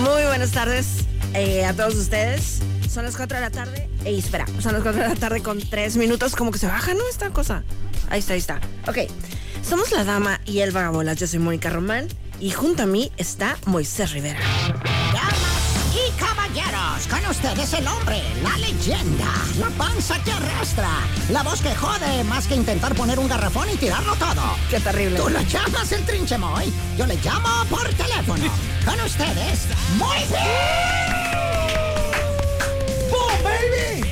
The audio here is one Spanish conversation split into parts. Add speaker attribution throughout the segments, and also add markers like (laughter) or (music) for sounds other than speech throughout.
Speaker 1: Muy buenas tardes eh, a todos ustedes. Son las 4 de la tarde. Ey, espera, son las 4 de la tarde con 3 minutos. Como que se baja, ¿no? Esta cosa. Ahí está, ahí está. Ok. Somos la dama y el vagabolas. Yo soy Mónica Román y junto a mí está Moisés Rivera.
Speaker 2: Damas y caballeros, con ustedes el hombre, la leyenda, la panza que arrastra, la voz que jode más que intentar poner un garrafón y tirarlo todo.
Speaker 1: Qué terrible.
Speaker 2: Tú lo llamas el trinchemoy, yo le llamo por teléfono. Con ustedes, muy bien. ¡Boom, baby!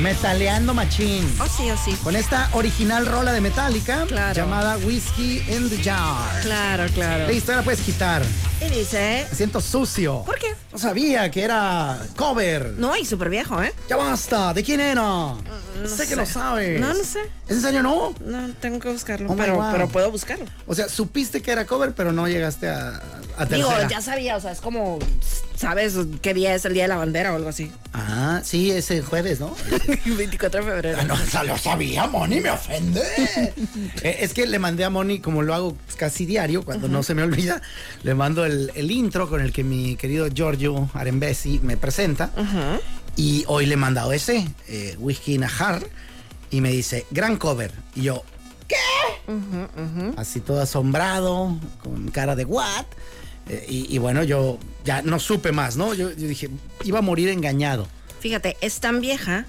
Speaker 2: Metaleando machín.
Speaker 1: Oh, sí, oh, sí.
Speaker 2: Con esta original rola de Metallica
Speaker 1: Claro.
Speaker 2: llamada Whiskey in the Jar.
Speaker 1: Claro, claro.
Speaker 2: Listo, ya la puedes quitar.
Speaker 1: Y dice...
Speaker 2: Me siento sucio.
Speaker 1: ¿Por qué?
Speaker 2: No sabía que era cover.
Speaker 1: No, y súper viejo, ¿eh?
Speaker 2: Ya basta, ¿de quién era? sé, que
Speaker 1: sé.
Speaker 2: lo sabes.
Speaker 1: No, no sé.
Speaker 2: ¿Es en serio no?
Speaker 1: No, tengo que buscarlo.
Speaker 2: Oh my
Speaker 1: pero,
Speaker 2: God.
Speaker 1: pero puedo buscarlo.
Speaker 2: O sea, supiste que era cover, pero no llegaste a, a
Speaker 1: Digo,
Speaker 2: tercera.
Speaker 1: ya sabía, o sea, es como, ¿sabes qué día es el día de la bandera o algo así? (laughs)
Speaker 2: Ah, sí, ese jueves, ¿no?
Speaker 1: 24 de febrero.
Speaker 2: Ah, no, o sea, lo sabía, Moni, me ofende. (laughs) Eh, es que le mandé a Moni, como lo hago casi diario, cuando no se me olvida, le mando el, el intro con el que mi querido Giorgio Arembesi me presenta. Y hoy le he mandado ese, eh, Whiskey Najar, y me dice, gran cover. Y yo, ¿qué? Así todo asombrado, con cara de what. Eh, y, y bueno, yo ya no supe más, ¿no? Yo- yo dije, iba a morir engañado.
Speaker 1: Fíjate, es tan vieja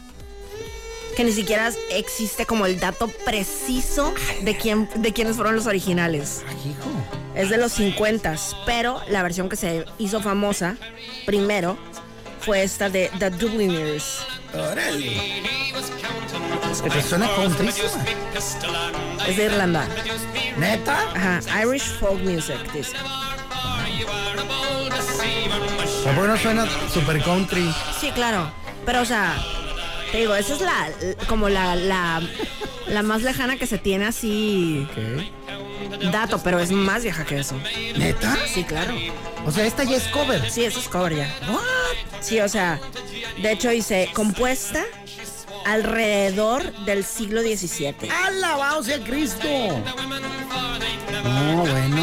Speaker 1: que ni siquiera existe como el dato preciso de quién de quiénes fueron los originales.
Speaker 2: Ay, hijo.
Speaker 1: Es de los 50, pero la versión que se hizo famosa primero fue esta de The Dubliners.
Speaker 2: Órale. Pero Este suena country.
Speaker 1: Es de Irlanda.
Speaker 2: ¿Neta?
Speaker 1: Ajá, Irish folk music, dice.
Speaker 2: ¿Por qué no suena super country?
Speaker 1: Sí, claro. Pero, o sea, te digo, esa es la, como la, la, la más lejana que se tiene así
Speaker 2: ¿Qué?
Speaker 1: dato, pero es más vieja que eso.
Speaker 2: ¿Neta?
Speaker 1: Sí, claro.
Speaker 2: O sea, esta ya es cover.
Speaker 1: Sí, eso es cover ya. Sí, o sea, de hecho dice, compuesta alrededor del siglo XVII.
Speaker 2: ¡Alabado sea Cristo! No, bueno.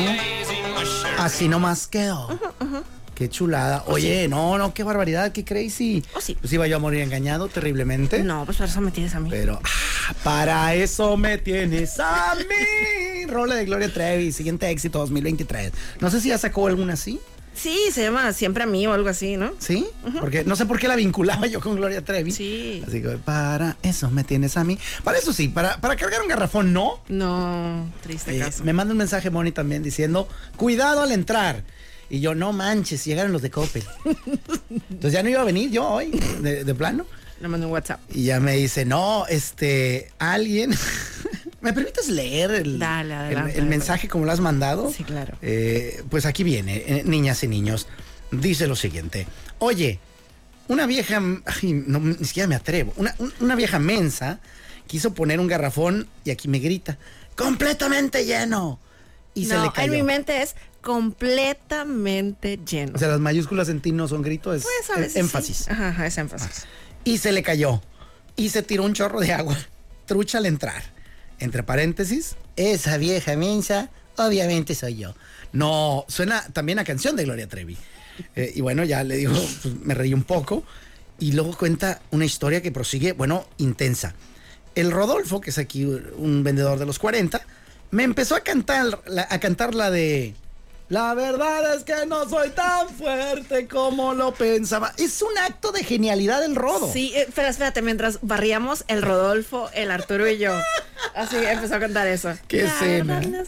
Speaker 2: Así nomás quedó. Qué chulada. Oye, no, no, qué barbaridad, qué crazy.
Speaker 1: Oh, sí.
Speaker 2: Pues iba yo a morir engañado terriblemente.
Speaker 1: No, pues por eso me tienes a mí.
Speaker 2: Pero ah, para eso me tienes a mí. Rola de Gloria Trevi, siguiente éxito 2023. No sé si ya sacó alguna así.
Speaker 1: Sí, se llama siempre a mí o algo así, ¿no?
Speaker 2: ¿Sí? Porque no sé por qué la vinculaba yo con Gloria Trevi.
Speaker 1: Sí.
Speaker 2: Así que para eso me tienes a mí. Para eso sí, para, para cargar un garrafón no.
Speaker 1: No, triste
Speaker 2: Eh,
Speaker 1: Este caso.
Speaker 2: me manda un mensaje Moni también diciendo, cuidado al entrar. Y yo, no manches, llegaron los
Speaker 1: (laughs)
Speaker 2: de Coppel. Entonces ya no iba a venir yo hoy, de, de plano.
Speaker 1: Le mandé un WhatsApp.
Speaker 2: Y ya me dice, no, este, alguien... (laughs) ¿Me permites leer el,
Speaker 1: Dale, adelante,
Speaker 2: el- el
Speaker 1: adelante.
Speaker 2: mensaje como lo has mandado?
Speaker 1: Sí, claro.
Speaker 2: Eh, pues aquí viene, eh, niñas y niños. Dice lo siguiente. Oye, una vieja... ay, no, ni siquiera me atrevo. Una, un- una vieja mensa quiso poner un garrafón y aquí me grita. ¡Completamente lleno! Y se
Speaker 1: No,
Speaker 2: le cayó.
Speaker 1: en mi mente es completamente lleno.
Speaker 2: O sea, las mayúsculas en ti no son grito, es
Speaker 1: Pues a
Speaker 2: en-
Speaker 1: veces sí.
Speaker 2: E- énfasis. Ah,
Speaker 1: Ajá, ajá, es énfasis.
Speaker 2: y se le cayó y se tiró un chorro de agua. Trucha al entrar. Entre paréntesis, esa vieja mensa, obviamente soy yo. No, suena también a canción de Gloria Trevi. Eh, y bueno, ya le digo, pues, me reí un poco. Y luego cuenta una historia que prosigue, bueno, intensa. El Rodolfo, que es aquí un vendedor de los 40, me empezó a cantar, la- a cantar la de... La verdad es que no soy tan fuerte como lo pensaba. Es un acto de genialidad del rodo.
Speaker 1: Sí, eh, pero espérate, mientras barríamos el Rodolfo, el Arturo y yo. Así empezó a cantar eso.
Speaker 2: Qué
Speaker 1: La
Speaker 2: escena.
Speaker 1: verdad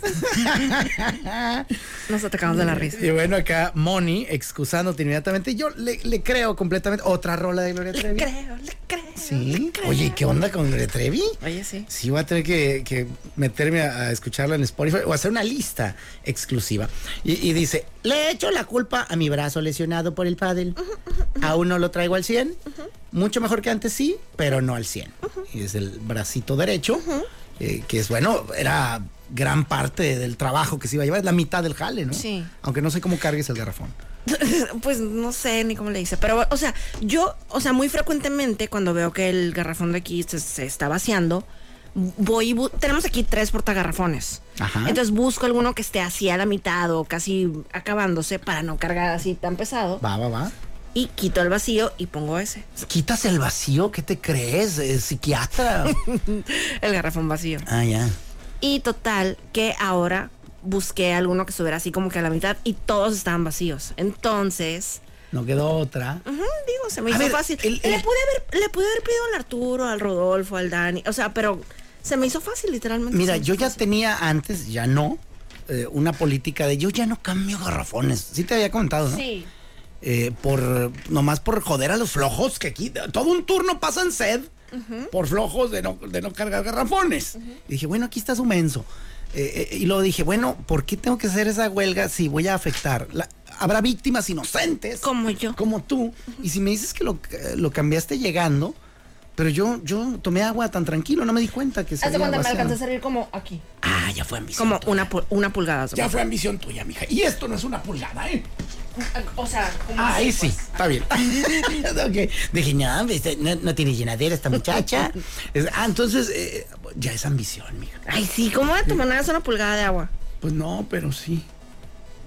Speaker 1: es- Nos atacamos de la risa.
Speaker 2: (laughs) Y bueno, acá Moni excusándote inmediatamente. Yo le, le creo completamente. Otra rola de Gloria
Speaker 1: Le
Speaker 2: Trevi.
Speaker 1: creo, le creo.
Speaker 2: Sí. Oye, ¿qué onda con Gloria Trevi?
Speaker 1: Oye, sí. (laughs)
Speaker 2: Sí, voy a tener que, que meterme a, a escucharla en Spotify o hacer una lista exclusiva. Y, y dice, le echo la culpa a mi brazo lesionado por el pádel. Aún no lo traigo al 100. Mucho mejor que antes sí, pero no al 100. Y es el bracito derecho, eh, que es bueno, era gran parte del trabajo que se iba a llevar, es la mitad del jale, ¿no?
Speaker 1: Sí.
Speaker 2: Aunque no sé cómo cargues el garrafón.
Speaker 1: Pues no sé ni cómo le hice, pero o sea, yo, o sea, muy frecuentemente cuando veo que el garrafón de aquí se, se está vaciando, voy y bu- tenemos aquí tres portagarrafones.
Speaker 2: Ajá.
Speaker 1: Entonces busco alguno que esté así a la mitad o casi acabándose para no cargar así tan pesado
Speaker 2: Va, va, va.
Speaker 1: y quito el vacío y pongo ese,
Speaker 2: Quitas el vacío, ¿qué te crees? Eh, psiquiatra.
Speaker 1: el garrafón vacío.
Speaker 2: ah, ya.
Speaker 1: Y total, que ahora busqué alguno que estuviera así como que a la mitad y todos estaban vacíos. Entonces,
Speaker 2: No quedó otra.
Speaker 1: ujú, digo, se me
Speaker 2: A
Speaker 1: hizo
Speaker 2: ver,
Speaker 1: fácil.
Speaker 2: el-
Speaker 1: Le,
Speaker 2: el-
Speaker 1: pude haber, le pude haber pedido al Arturo, al Rodolfo, al Dani, o sea, pero se me hizo fácil literalmente.
Speaker 2: Mira,
Speaker 1: se me
Speaker 2: yo
Speaker 1: hizo
Speaker 2: ya
Speaker 1: Pues fácil.
Speaker 2: tenía antes, ya no, eh, una política de yo ya no cambio garrafones. Sí te había contado, ¿no?
Speaker 1: Sí.
Speaker 2: Eh, por nomás por joder a los flojos que aquí todo un turno pasan sed por flojos de no, de no cargar garrafones. Y dije, bueno, aquí está su menso. Eh, eh, y luego dije, bueno, ¿por qué tengo que hacer esa huelga si voy a afectar? La- habrá víctimas inocentes.
Speaker 1: Como yo.
Speaker 2: Como tú. Y si me dices que lo, lo cambiaste llegando, pero yo, yo tomé agua tan tranquilo, no me di cuenta que se
Speaker 1: Haz de
Speaker 2: había
Speaker 1: cuenta, me
Speaker 2: vaciado.
Speaker 1: alcanzó a servir como aquí.
Speaker 2: Ah, ya fue ambición.
Speaker 1: Como
Speaker 2: tuya.
Speaker 1: una, pul- una pulgada.
Speaker 2: Ya fue ambición tuya, mija. Y esto no es una pulgada, ¿eh?
Speaker 1: O sea, como.
Speaker 2: Ah, ahí
Speaker 1: así,
Speaker 2: sí,
Speaker 1: pues.
Speaker 2: está bien. (laughs) Ok. Dije, no, hombre, esta- no, no tiene llenadera esta (laughs) muchacha. Es- ah, entonces, eh, ya es ambición, mija.
Speaker 1: Ay, sí, ¿cómo de tu manera es una pulgada de agua?
Speaker 2: Pues no, pero sí.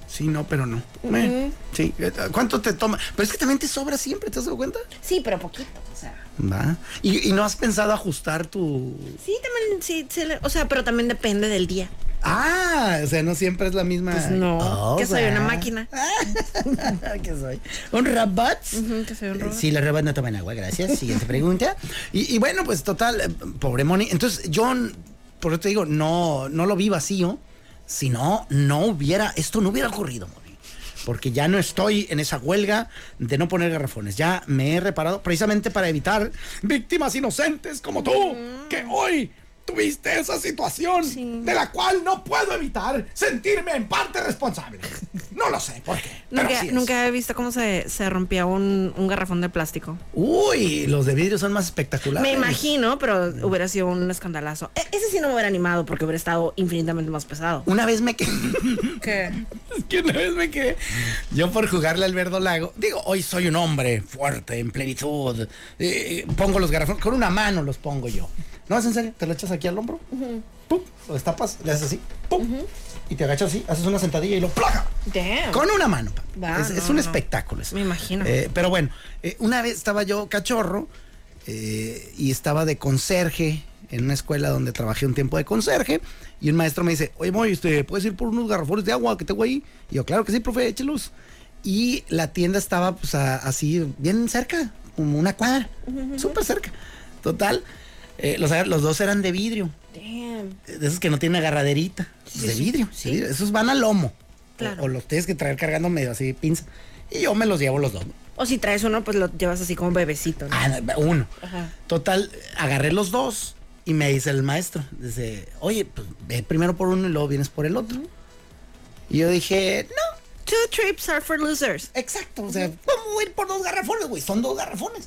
Speaker 2: Sí, no, pero no. Bueno, sí. Eh, ¿Cuánto te toma? Pero es que también te sobra siempre, ¿te has dado cuenta?
Speaker 1: Sí, pero poquito, o sea.
Speaker 2: Va. ¿Y, y no has pensado ajustar tu...?
Speaker 1: Sí, también, sí, sí, le- o sea, pero también depende del día.
Speaker 2: Ah, o sea, no siempre es la misma...
Speaker 1: Pues no,
Speaker 2: Oh, Ah,
Speaker 1: que soy una
Speaker 2: va.
Speaker 1: máquina.
Speaker 2: (laughs) ¿Qué soy? ¿Un robot?
Speaker 1: Ujú, que soy un
Speaker 2: Eh,
Speaker 1: robot.
Speaker 2: Sí, los robots no toman agua, gracias. Siguiente pregunta. Y, y bueno, pues total, eh, pobre Moni. Entonces, yo, n- por eso te digo, no, no lo vi vacío. Si no, no hubiera, esto no hubiera ocurrido, Moni. Porque ya no estoy en esa huelga de no poner garrafones. Ya me he reparado precisamente para evitar víctimas inocentes como tú, que hoy tuviste esa situación
Speaker 1: Mm. Sí.
Speaker 2: de la cual no puedo evitar sentirme en parte responsable. No lo sé por qué. pero
Speaker 1: Nunca,
Speaker 2: así es.
Speaker 1: nunca he visto cómo se, se rompía un, un garrafón de plástico.
Speaker 2: Uy, los de vidrio son más espectaculares.
Speaker 1: Me imagino, pero hubiera sido un escandalazo. E- ese sí no me hubiera animado porque hubiera estado infinitamente más pesado.
Speaker 2: Una vez me quedé. (laughs)
Speaker 1: ¿Qué?
Speaker 2: es que una vez me quedé. Yo por jugarle al Verdo Lago. Digo, hoy soy un hombre fuerte, en plenitud. eh, pongo los garrafones. Con una mano los pongo yo. No, es en serio. Te lo echas aquí al hombro. Pum. Lo destapas. Le haces así. Pum. Y te agachas así. Haces una sentadilla y lo plaga.
Speaker 1: Damn.
Speaker 2: Con una mano, papi.
Speaker 1: Va,
Speaker 2: es, es
Speaker 1: no,
Speaker 2: un
Speaker 1: no.
Speaker 2: espectáculo. eso.
Speaker 1: Me imagino.
Speaker 2: Eh, pero bueno, eh, una vez estaba yo cachorro eh, y estaba de conserje en una escuela donde trabajé un tiempo de conserje. Y un maestro me dice, oye, Moy, este, ¿puedes ir por unos garrafones de agua que tengo ahí? Y yo, claro que sí, profe, échelos. Y la tienda estaba pues, a- así, bien cerca, como una cuadra, súper cerca. Total, eh, los, los dos eran de vidrio
Speaker 1: Damn.
Speaker 2: de esos que no tienen agarraderita, de vidrio, de
Speaker 1: sí.
Speaker 2: vidrio. esos van al lomo.
Speaker 1: Claro.
Speaker 2: O, o los tienes que traer cargando medio así pinza. Y yo me los llevo los dos. ¿no?
Speaker 1: O si traes uno, pues lo llevas así como bebecito. ¿no?
Speaker 2: Ah, uno.
Speaker 1: Ajá.
Speaker 2: Total, agarré los dos y me dice el maestro, dice, oye, pues ve primero por uno y luego vienes por el otro. Y yo dije, no,
Speaker 1: Two trips are for losers.
Speaker 2: Exacto, o sea, ¿cómo voy a ir por dos garrafones, güey? Son dos garrafones.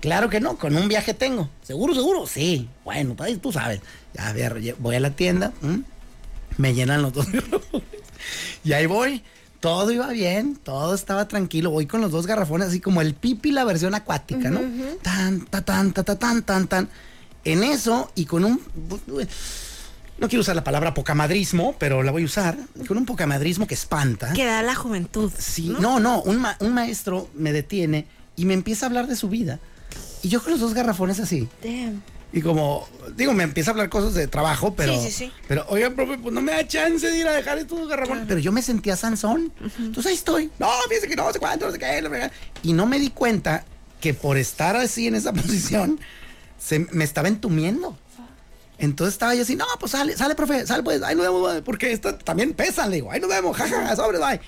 Speaker 2: Claro que no, con un viaje tengo. ¿Seguro, seguro? Sí. Bueno, pues ahí tú sabes. Ya, a ver, ya voy a la tienda, ¿m? me llenan los dos (laughs) garrafones. Y ahí voy. Todo iba bien, todo estaba tranquilo. Voy con los dos garrafones, así como el pipi, la versión acuática, ¿no? Tan, ta, tan, ta, ta, tan, tan, tan. En eso y con un. No quiero usar la palabra pocamadrismo, pero la voy a usar. Con un pocamadrismo que espanta.
Speaker 1: Que da la juventud.
Speaker 2: Ah. Sí, no, no, un, ma- un maestro me detiene y me empieza a hablar de su vida. Y yo con los dos garrafones así.
Speaker 1: Damn.
Speaker 2: Y como, digo, me empieza a hablar cosas de trabajo, pero.
Speaker 1: Sí, sí, sí.
Speaker 2: Pero, oiga, profe, pues no me da chance de ir a dejar estos garrafones. Pero yo me sentía Sansón. Entonces ahí estoy. No, fíjese que no sé cuánto, no sé qué. la fregada. Y no me di cuenta que por estar así en esa (laughs) posición, se, me estaba entumiendo. Entonces estaba yo así, no, pues (laughs) sale, sale, profe, sale, pues, ahí nos vemos, bye, porque esta también pesan, le digo, ahí nos vemos, jajaja, sobre, bye.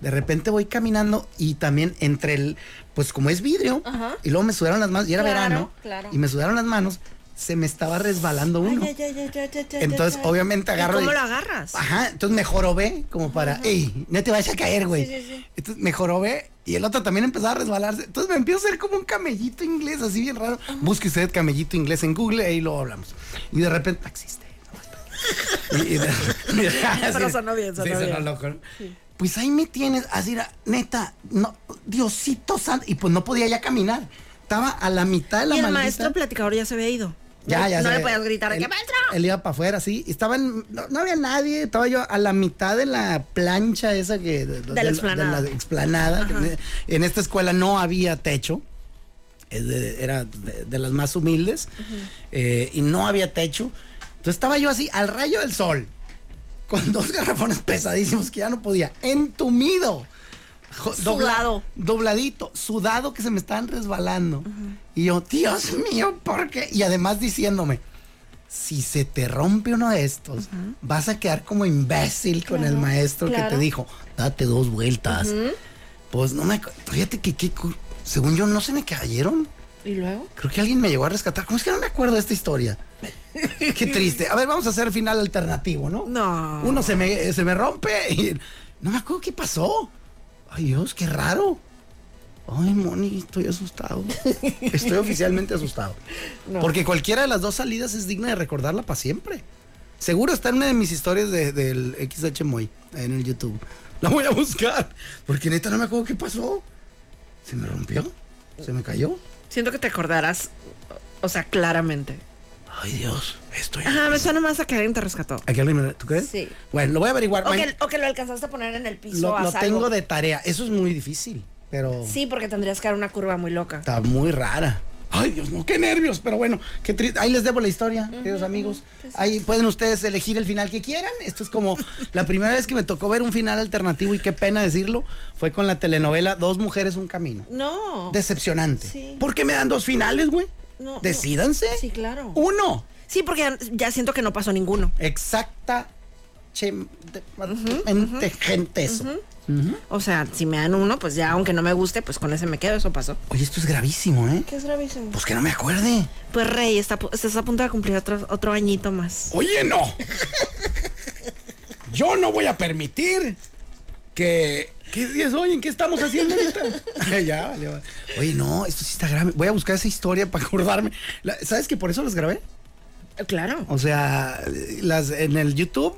Speaker 2: De repente voy caminando y también entre el, pues como es vidrio,
Speaker 1: Ajá.
Speaker 2: y luego me sudaron las manos, y era
Speaker 1: Claro,
Speaker 2: verano,
Speaker 1: claro.
Speaker 2: y me sudaron las manos, se me estaba resbalando uno.
Speaker 1: Ay, ay, ay, ay, ay, ay,
Speaker 2: Entonces,
Speaker 1: ay, ay.
Speaker 2: obviamente
Speaker 1: ¿Y
Speaker 2: agarro. y-
Speaker 1: ¿Cómo lo agarras?
Speaker 2: Ajá, entonces me jorobé como para, ey, no te vayas a caer, güey.
Speaker 1: Sí, sí, sí.
Speaker 2: Entonces me jorobé y el otro también empezaba a resbalarse. Entonces me empiezo a hacer como un camellito inglés, así bien raro. Busque usted camellito inglés en Google ahí luego hablamos. Y de repente, taxiste. Y-
Speaker 1: (laughs)
Speaker 2: y de- (laughs)
Speaker 1: Pero sonó bien, sonó
Speaker 2: Sí, sonó
Speaker 1: bien.
Speaker 2: loco, ¿no? Pues ahí me tienes, así era, neta, no, Diosito santo. Y pues no podía ya caminar. Estaba a la mitad de la
Speaker 1: y el
Speaker 2: maldita-
Speaker 1: maestro platicador ya se había ido.
Speaker 2: ya,
Speaker 1: no,
Speaker 2: ya.
Speaker 1: No
Speaker 2: se
Speaker 1: le
Speaker 2: ve.
Speaker 1: podías gritar,
Speaker 2: Él-
Speaker 1: ¿qué maestro?
Speaker 2: Él iba para afuera, sí. y Estaba en- no, no había nadie. Estaba yo a la mitad de la plancha esa que... De, de-
Speaker 1: la explanada.
Speaker 2: de la explanada. En esta escuela no había techo. es de- era de, de las más humildes. eh, y no había techo. Entonces estaba yo así, al rayo del sol. Con dos garrafones pesadísimos que ya no podía. Entumido. jo-
Speaker 1: Sudado.
Speaker 2: dobladito, sudado que se me estaban resbalando. Y yo, Dios mío, ¿por qué? Y además diciéndome, si se te rompe uno de estos, vas a quedar como imbécil con el maestro que
Speaker 1: claro.
Speaker 2: te dijo, date dos vueltas. Pues no me... acu- Fíjate que, que cu- según yo no se me cayeron.
Speaker 1: ¿Y luego?
Speaker 2: Creo que alguien me llegó a rescatar. ¿Cómo es que no me acuerdo de esta historia? Qué triste. A ver, vamos a hacer final alternativo, ¿no?
Speaker 1: No.
Speaker 2: Uno se me, se me rompe y no me acuerdo qué pasó. Ay, Dios, qué raro. Ay, Moni, estoy asustado. Estoy oficialmente
Speaker 1: (laughs)
Speaker 2: asustado. Porque cualquiera de las dos salidas es digna de recordarla para siempre. Seguro está en una de mis historias de- del XH Moy en el YouTube. La voy a buscar. Porque neta no me acuerdo qué pasó. Se me rompió. Se me cayó.
Speaker 1: Siento que te acordarás, o sea, claramente.
Speaker 2: Ay, Dios, estoy.
Speaker 1: Ajá, me suena más a que alguien te rescató.
Speaker 2: Aquí alguien me- ¿Tú crees?
Speaker 1: Sí.
Speaker 2: Bueno, lo voy a averiguar.
Speaker 1: O que,
Speaker 2: Maña-
Speaker 1: o que lo alcanzaste a poner en el piso.
Speaker 2: lo
Speaker 1: a
Speaker 2: lo
Speaker 1: salvo.
Speaker 2: tengo de tarea. Eso es muy difícil, pero
Speaker 1: Sí, porque tendrías que dar una curva muy loca.
Speaker 2: está muy rara. Ay, Dios, no, qué nervios, pero bueno, qué triste. Ahí les debo la historia, queridos amigos.
Speaker 1: pues
Speaker 2: Ahí pueden ustedes elegir el final que quieran. Esto es
Speaker 1: (laughs)
Speaker 2: como la primera vez que me tocó ver un final alternativo y qué pena decirlo, fue con la telenovela Dos mujeres un camino.
Speaker 1: No.
Speaker 2: Decepcionante.
Speaker 1: Sí.
Speaker 2: ¿Por qué me dan dos finales, güey?
Speaker 1: No, no.
Speaker 2: Decídanse. Uh.
Speaker 1: Sí, claro.
Speaker 2: Uno.
Speaker 1: Sí, porque ya, ya siento que no pasó ninguno.
Speaker 2: Exacta. gente eso.
Speaker 1: O sea, si me dan uno, pues ya, aunque no me guste, pues con ese me quedo. Eso pasó.
Speaker 2: Oye, esto es gravísimo, ¿eh?
Speaker 1: ¿Qué es gravísimo?
Speaker 2: Pues que no me acuerde.
Speaker 1: Pues Rey, está, pu- estás a punto de cumplir otro, otro añito más.
Speaker 2: Oye, no. Yo no voy a permitir que. ¿Qué día es hoy? ¿En qué estamos haciendo ahorita? (laughs) ya, vale, vale. Oye, no, esto sí está grave. Voy a buscar esa historia para acordarme. La- ¿Sabes que por eso los grabé?
Speaker 1: Eh, Claro.
Speaker 2: O sea, las en el YouTube,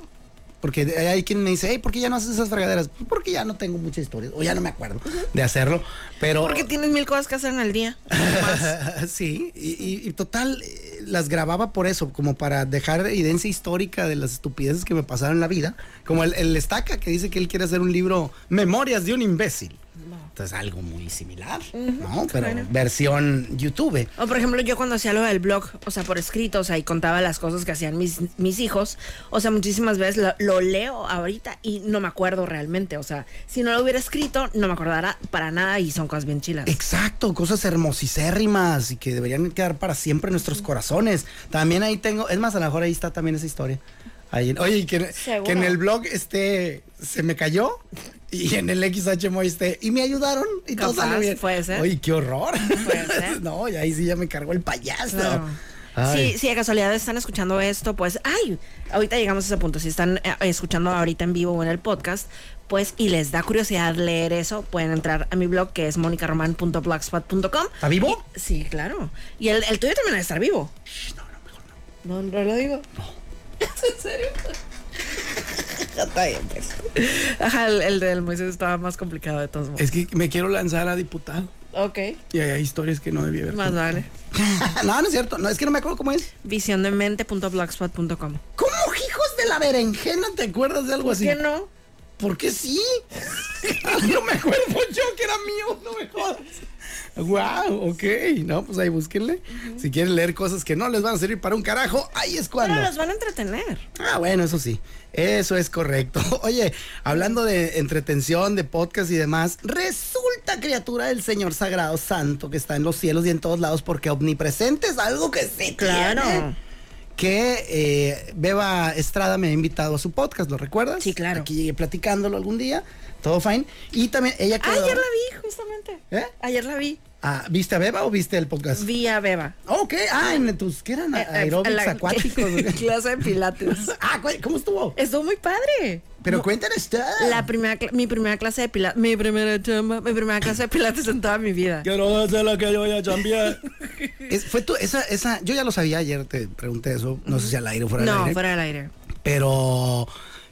Speaker 2: porque hay- hay quien me dice, hey, ¿por qué ya no haces esas fregaderas? Pues porque ya no tengo muchas historias, o ya no me acuerdo de hacerlo. Pero.
Speaker 1: Porque tienes mil cosas que hacer en el día.
Speaker 2: (laughs) sí, y, y- y total, eh, las grababa por eso, como para dejar evidencia histórica de las estupideces que me pasaron en la vida. Como el, el estaca que dice que él quiere hacer un libro Memorias de un imbécil. Entonces, algo muy similar, ¿no? Pero versión YouTube.
Speaker 1: O por ejemplo, yo cuando hacía lo del blog, o sea, por escrito, o sea, y contaba las cosas que hacían mis, mis hijos, o sea, muchísimas veces lo, lo leo ahorita y no me acuerdo realmente, o sea, si no lo hubiera escrito, no me acordara para nada y son cosas bien chilas.
Speaker 2: Exacto, cosas hermosísimas y que deberían quedar para siempre en nuestros corazones. También ahí tengo, es más, a lo mejor ahí está también esa historia. Ahí, oye, y que,
Speaker 1: Seguro.
Speaker 2: que en el blog este se me cayó y en el XH Moy este y me ayudaron y todo
Speaker 1: Capaz,
Speaker 2: salió bien.
Speaker 1: puede ser.
Speaker 2: Oye, qué horror.
Speaker 1: Puede ser.
Speaker 2: (laughs) no, y ahí sí ya me cargó el payaso.
Speaker 1: Claro.
Speaker 2: Ay.
Speaker 1: Sí, sí, de casualidad están escuchando esto, pues, ay, ahorita llegamos a ese punto. Si están eh, escuchando ahorita en vivo o en el podcast, pues, y les da curiosidad leer eso, pueden entrar a mi blog que es monicaroman.blogspot.com.
Speaker 2: ¿Está vivo?
Speaker 1: Y- Sí, claro. Y el, el tuyo también debe estar vivo.
Speaker 2: No, no, mejor no.
Speaker 1: No, no lo digo. ¿Es (laughs) en serio? Ya Está bien, pues. Ajá, el, el del Moisés estaba más complicado de todos modos.
Speaker 3: Es que me quiero lanzar a diputado.
Speaker 1: Ok,
Speaker 3: Y hay, hay historias que no debía haber.
Speaker 1: más vale.
Speaker 2: (laughs) no, no es cierto. No, es que no me acuerdo cómo es.
Speaker 1: Visiondemente.blogspot.com.
Speaker 2: ¿Cómo hijos de la berenjena te acuerdas de algo así?
Speaker 1: ¿Qué no?
Speaker 2: ¿Por qué sí? (laughs) no me acuerdo yo que era mío, no me jodas. Wow, ok. No, pues ahí búsquenle. Si quieren leer cosas que no les van a servir para un carajo, ahí es cuando.
Speaker 1: Pero los van a entretener.
Speaker 2: Ah, bueno, eso sí. Eso es correcto. (laughs) Oye, hablando de entretención, de podcast y demás, resulta criatura del Señor Sagrado Santo que está en los cielos y en todos lados porque omnipresente es algo que sí.
Speaker 1: Claro.
Speaker 2: tiene, que eh, Beba Estrada me ha invitado a su podcast, ¿lo recuerdas?
Speaker 1: Sí, claro.
Speaker 2: Aquí llegué platicándolo algún día, todo fine. Y también ella
Speaker 1: Ah,
Speaker 2: quedó...
Speaker 1: ayer la vi, justamente.
Speaker 2: ¿Eh?
Speaker 1: Ayer la vi.
Speaker 2: Ah, ¿Viste a Beba o viste el podcast?
Speaker 1: Vi a Beba.
Speaker 2: Ok, ah, en tus, ¿qué eran?
Speaker 1: Eh, eh,
Speaker 2: Aeróbicos
Speaker 1: la-
Speaker 2: acuáticos.
Speaker 1: (laughs) clase de
Speaker 2: (laughs)
Speaker 1: pilates.
Speaker 2: ah, güey, ¿cómo estuvo?
Speaker 1: Estuvo muy padre.
Speaker 2: Pero cuéntanos usted.
Speaker 1: La primera, cla- mi primera clase de pilates, mi primera chamba, mi primera clase de pilates en toda mi vida.
Speaker 3: Quiero hacer la que yo voy a chambear.
Speaker 2: (laughs) Es- fue tu, esa, esa, yo ya lo sabía ayer, te pregunté eso, no sé si al aire o fuera del
Speaker 1: No,
Speaker 2: aire,
Speaker 1: fuera del aire.
Speaker 2: pero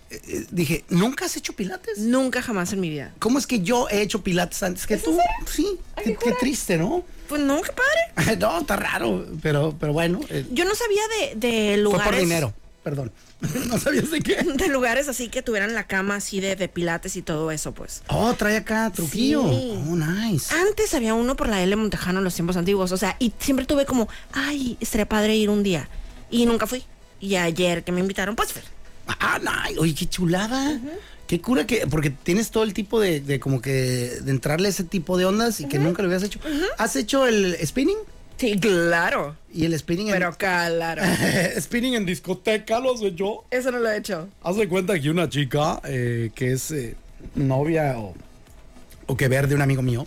Speaker 2: eh, eh, dije, ¿nunca has hecho pilates?
Speaker 1: Nunca jamás en mi vida.
Speaker 2: ¿Cómo es que yo he hecho pilates antes que tú? Sí,
Speaker 1: Ay,
Speaker 2: qué, qué
Speaker 1: jura.
Speaker 2: triste, ¿no? (laughs)
Speaker 1: Pues no, qué padre.
Speaker 2: no, está raro, pero, pero bueno, eh,
Speaker 1: Yo no sabía de, de
Speaker 2: fue
Speaker 1: lugares.
Speaker 2: por dinero, perdón, (laughs) no sabías de qué.
Speaker 1: (laughs) De lugares así que tuvieran la cama así de, de pilates y todo eso, pues.
Speaker 2: Oh, trae acá Trujillo,
Speaker 1: Sí.
Speaker 2: oh, nice.
Speaker 1: Antes había uno por la L Montejano en los tiempos antiguos, o sea, y siempre tuve como, ay, estaría padre ir un día. Y nunca fui. Y ayer que me invitaron, pues fui.
Speaker 2: Ah, nice, oye, qué chulada. Qué cura que, porque tienes todo el tipo de, de como que, de entrarle a ese tipo de ondas y que nunca lo habías hecho. ¿Has hecho el spinning?
Speaker 1: Sí, claro.
Speaker 2: Y el spinning en-
Speaker 1: Pero
Speaker 2: (laughs)
Speaker 1: claro.
Speaker 3: Spinning en discoteca, lo soy yo.
Speaker 1: Eso no lo he hecho.
Speaker 3: Haz de cuenta que una chica eh, que es eh, novia o
Speaker 2: o que ver de un amigo mío.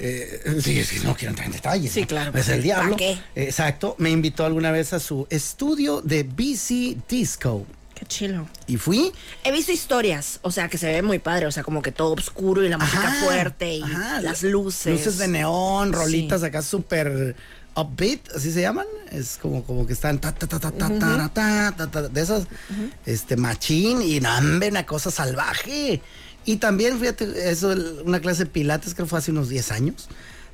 Speaker 2: Eh, (laughs) sí, es que no quiero entrar en detalles.
Speaker 1: Sí,
Speaker 2: ¿no?
Speaker 1: claro.
Speaker 2: Es el diablo.
Speaker 1: ¿Pa' qué?
Speaker 2: Exacto. Me invitó alguna vez a su estudio de BC Disco.
Speaker 1: Qué chilo.
Speaker 2: Y fui.
Speaker 1: He visto historias, o sea, que se ve muy padre, o sea, como que todo oscuro y la música
Speaker 2: Ajá,
Speaker 1: fuerte y
Speaker 2: ajá,
Speaker 1: las luces.
Speaker 2: Luces de neón, rolitas
Speaker 1: Sí.
Speaker 2: acá súper upbeat, así se llaman. Es como, como que están ta, ta, ta, ta, ta, ta, ta, ta, ta, de esas, este, machín y nambe, una cosa salvaje. Y también, fíjate, eso, el- una clase de pilates creo fue hace unos 10 años.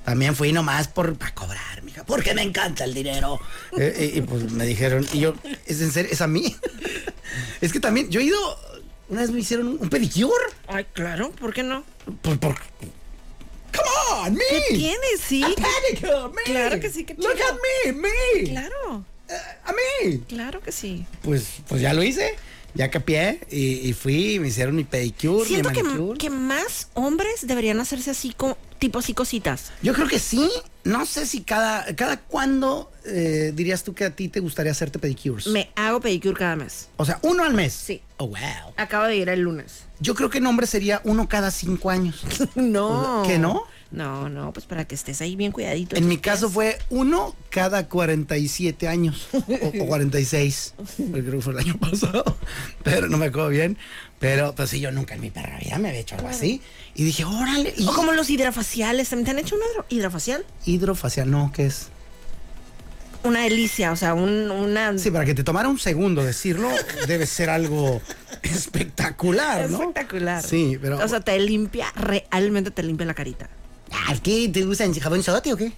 Speaker 2: También fui nomás por, para cobrar, mija, porque me encanta el
Speaker 1: (laughs)
Speaker 2: dinero. Eh, y, y, pues me dijeron, y yo, ¿es en serio? ¿Es a mí? (laughs) es que también, yo he ido, una vez me hicieron un, un pedicure.
Speaker 1: Ay, claro, ¿por qué no?
Speaker 2: Pues Por, por, Come on, me.
Speaker 1: ¿Tienes? Sí.
Speaker 2: I panic, me.
Speaker 1: Claro que sí, qué
Speaker 2: Look
Speaker 1: chido.
Speaker 2: at me, me.
Speaker 1: Claro,
Speaker 2: Eh, a mí.
Speaker 1: claro que sí.
Speaker 2: Pues, pues ya lo hice. Ya capié y, y fui, me hicieron mi pedicure,
Speaker 1: Siento
Speaker 2: mi
Speaker 1: que,
Speaker 2: manicure.
Speaker 1: que más hombres deberían hacerse así, co- tipo así cositas.
Speaker 2: Yo creo que sí. No sé si cada, cada cuándo eh, dirías tú que a ti te gustaría hacerte pedicures.
Speaker 1: Me hago pedicure cada mes.
Speaker 2: O sea, uno al mes.
Speaker 1: Sí.
Speaker 2: Oh, wow.
Speaker 1: Acabo de ir el lunes. (laughs)
Speaker 2: Yo creo que en hombre sería uno cada cinco años.
Speaker 1: No.
Speaker 2: ¿Que no?
Speaker 1: No, no, pues para que estés ahí bien cuidadito.
Speaker 2: En mi caso fue uno cada 47 años o, o 46. porque Creo que fue el año (laughs) pasado, pero no me acuerdo bien. Pero pues sí, yo nunca en mi perra vida me había hecho algo así. Y dije, órale, y-
Speaker 1: O como los hidrafaciales. ¿Te han hecho un hidro- hidrofacial?
Speaker 2: hidrofacial, no, ¿qué es?
Speaker 1: Una delicia, o sea, un, una...
Speaker 2: Sí, para que te tomara un segundo decirlo, debe ser algo espectacular, ¿no?
Speaker 1: Espectacular.
Speaker 2: Sí, pero...
Speaker 1: O sea, te limpia, realmente te limpia la carita.
Speaker 2: Ah, ¿Qué? ¿Te usan jabón sodote o qué?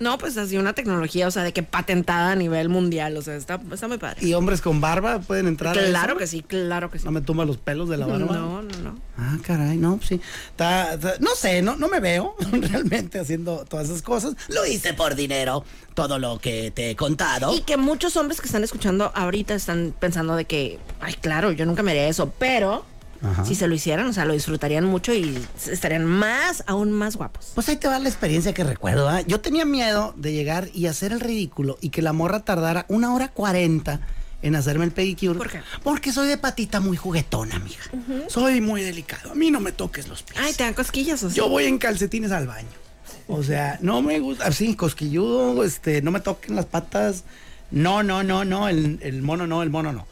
Speaker 1: No, pues así una tecnología, o sea, de que patentada a nivel mundial, o sea, está, está muy padre.
Speaker 2: ¿Y hombres con barba pueden entrar? a eso?
Speaker 1: Claro que sí, claro que sí.
Speaker 2: No me tumba los pelos de la barba.
Speaker 1: No, no, no.
Speaker 2: Ah, caray, no, pues sí. Ta- ta- no sé, no, no me veo (laughs) realmente haciendo todas esas cosas. Lo hice por dinero, todo lo que te he contado.
Speaker 1: Y que muchos hombres que están escuchando ahorita están pensando de que, ay, claro, yo nunca me haría eso, pero
Speaker 2: Ajá.
Speaker 1: si se lo hicieran, o sea, lo disfrutarían mucho y estarían más, aún más guapos.
Speaker 2: Pues ahí te va la experiencia que recuerdo. ¿ah? Yo tenía miedo de llegar y hacer el ridículo y que la morra tardara una hora cuarenta en hacerme el pedicure.
Speaker 1: ¿Por qué?
Speaker 2: Porque soy de patita muy juguetona, amiga. Soy muy delicado. A mí no me toques los pies.
Speaker 1: Ay, te dan cosquillas, o sea.
Speaker 2: Yo voy en calcetines al baño. O sea, no me gusta. Así, cosquilludo, este, no me toquen las patas. No, no, no, no, el, el mono no, el mono no.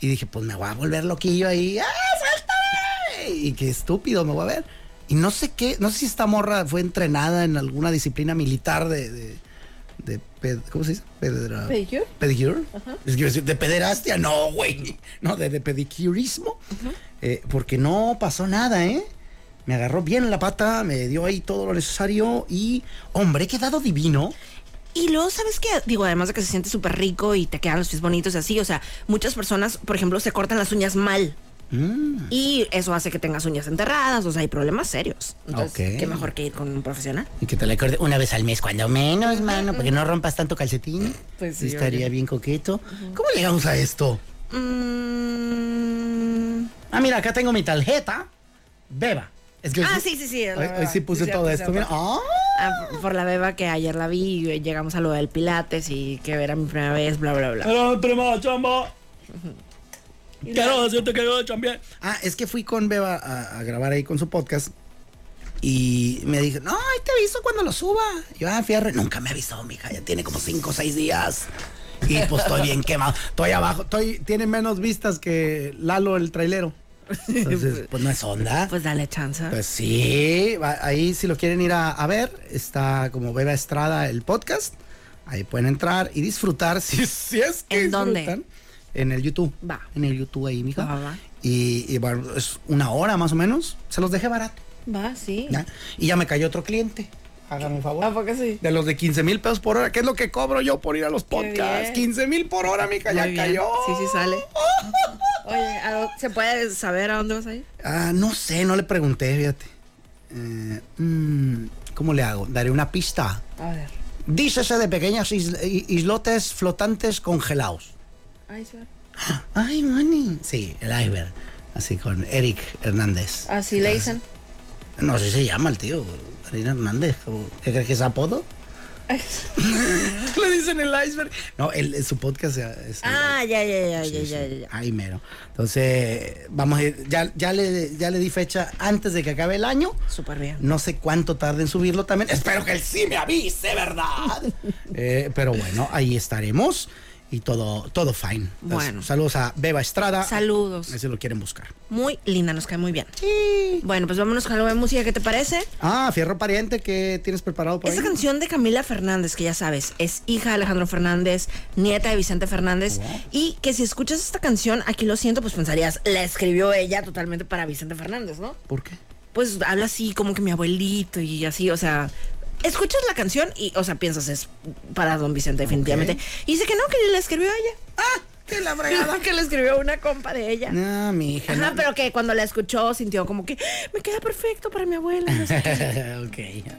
Speaker 2: Y dije, pues me voy a volver loquillo ahí. ¡Ah, suéltame! Y qué estúpido me voy a ver. Y no sé qué, no sé si esta morra fue entrenada en alguna disciplina militar de. de, de ped- ¿Cómo se dice? Pedra-
Speaker 1: ¿Pedicure?
Speaker 2: pedicure. Es que iba a decir, de pederastia, no, güey. No, de, de pedicurismo. Eh, porque no pasó nada, ¿eh? Me agarró bien la pata, me dio ahí todo lo necesario y, hombre, he quedado divino.
Speaker 1: Y luego, ¿sabes qué? Digo, además de que se siente súper rico y te quedan los pies bonitos y así, o sea, muchas personas, por ejemplo, se cortan las uñas mal.
Speaker 2: Mm.
Speaker 1: Y eso hace que tengas uñas enterradas, o sea, hay problemas serios. Entonces,
Speaker 2: Ok.
Speaker 1: qué mejor que ir con un profesional.
Speaker 2: Y que te la acorde una vez al mes, cuando menos, mano, porque no rompas tanto calcetín.
Speaker 1: Pues sí,
Speaker 2: Estaría bien coqueto. ¿Cómo llegamos a esto?
Speaker 1: Mm.
Speaker 2: Ah, mira, acá tengo mi tarjeta. Beba. Es que hoy
Speaker 1: Ah,
Speaker 2: sí-
Speaker 1: sí, sí, sí.
Speaker 2: Hoy, hoy sí puse todo esto. Mira.
Speaker 1: Ah, por la beba que ayer la vi y llegamos a lo del Pilates y que era mi primera vez, bla, bla, bla.
Speaker 3: Era mi primera chamba. Quiero decirte que yo chambeé.
Speaker 2: Ah, es que fui con Beba a, a grabar ahí con su podcast. Y me dijo, no, ahí te aviso cuando lo suba. Yo, ah, fierre, nunca me avisó, mija, ya tiene como cinco o seis días. Y pues estoy bien quemado. Estoy abajo, estoy, tiene menos vistas que Lalo el trailero. Entonces, pues no es onda.
Speaker 1: Pues dale chance.
Speaker 2: Pues sí, va- ahí si lo quieren ir a, a ver, está como Beba Estrada el podcast. Ahí pueden entrar y disfrutar (laughs) si, si es que
Speaker 1: ¿En dónde?
Speaker 2: disfrutan. En el YouTube.
Speaker 1: Va.
Speaker 2: En el YouTube ahí, mija.
Speaker 1: Va, va, va.
Speaker 2: Y, y bueno, es una hora más o menos. Se los dejé barato.
Speaker 1: Va, sí.
Speaker 2: ¿ya? Y ya me cayó otro cliente. Hágame un favor.
Speaker 1: ¿A poco sí?
Speaker 2: De los de 15 mil pesos por hora, ¿qué es lo que cobro yo por ir a los
Speaker 1: bien.
Speaker 2: podcasts? 15 mil por hora, mija, ya
Speaker 1: Muy bien.
Speaker 2: cayó.
Speaker 1: Sí, sí sale.
Speaker 2: (laughs)
Speaker 1: Oye, ¿a dó- ¿se puede saber a dónde vas a ir?
Speaker 2: Ah, no sé, no le pregunté, fíjate. Eh, mm, ¿Cómo le hago? Daré una pista.
Speaker 1: A ver.
Speaker 2: Dícese de pequeñas isl- i- islotes flotantes congelados.
Speaker 1: Ahí se va.
Speaker 2: Ay, mani. Sí, el iceberg. Así con Eric Hernández.
Speaker 1: Así Ah, le dicen.
Speaker 2: No sé si se llama el tío. Eric Hernández. ¿cómo- ¿Qué crees que es apodo? le dicen el iceberg. No, el, su podcast se- es.
Speaker 1: Ah, ya, ya, ya, ya,
Speaker 2: Sí, sí.
Speaker 1: ya, ya.
Speaker 2: Ahí mero. Entonces, vamos a ir. Ya, ya, le, ya le di fecha antes de que acabe el año.
Speaker 1: Súper bien.
Speaker 2: No sé cuánto tarde en subirlo también. Espero que él sí me
Speaker 1: (laughs)
Speaker 2: avise, ¿verdad? Eh, pero bueno, ahí estaremos. Y todo, todo fine. Entonces,
Speaker 1: Bueno.
Speaker 2: Saludos a Beba Estrada.
Speaker 1: Saludos.
Speaker 2: Ahí Si lo quieren buscar.
Speaker 1: Muy linda, nos cae muy bien. Bueno, pues vámonos con algo de música, ¿qué te parece?
Speaker 2: Ah, Fierro Pariente, ¿qué tienes preparado por ahí?
Speaker 1: Esta canción de Camila Fernández, que ya sabes, es hija de Alejandro Fernández, nieta de Vicente Fernández, y que si escuchas esta canción, aquí lo siento, pues pensarías, la escribió ella totalmente para Vicente Fernández, ¿no?
Speaker 2: ¿Por qué?
Speaker 1: Pues habla así como que mi abuelito y así, o sea, escuchas la canción y, o sea, piensas es para don Vicente definitivamente. Y dice que no, que la escribió ella.
Speaker 2: ¡Ah! ¡Qué la
Speaker 1: (laughs) que la Mm, escribió una compa de ella.
Speaker 2: No, Ah, mi hija.
Speaker 1: Ajá, pero que cuando la escuchó sintió como que me queda perfecto para mi abuela. no sé qué".
Speaker 2: (laughs) ok.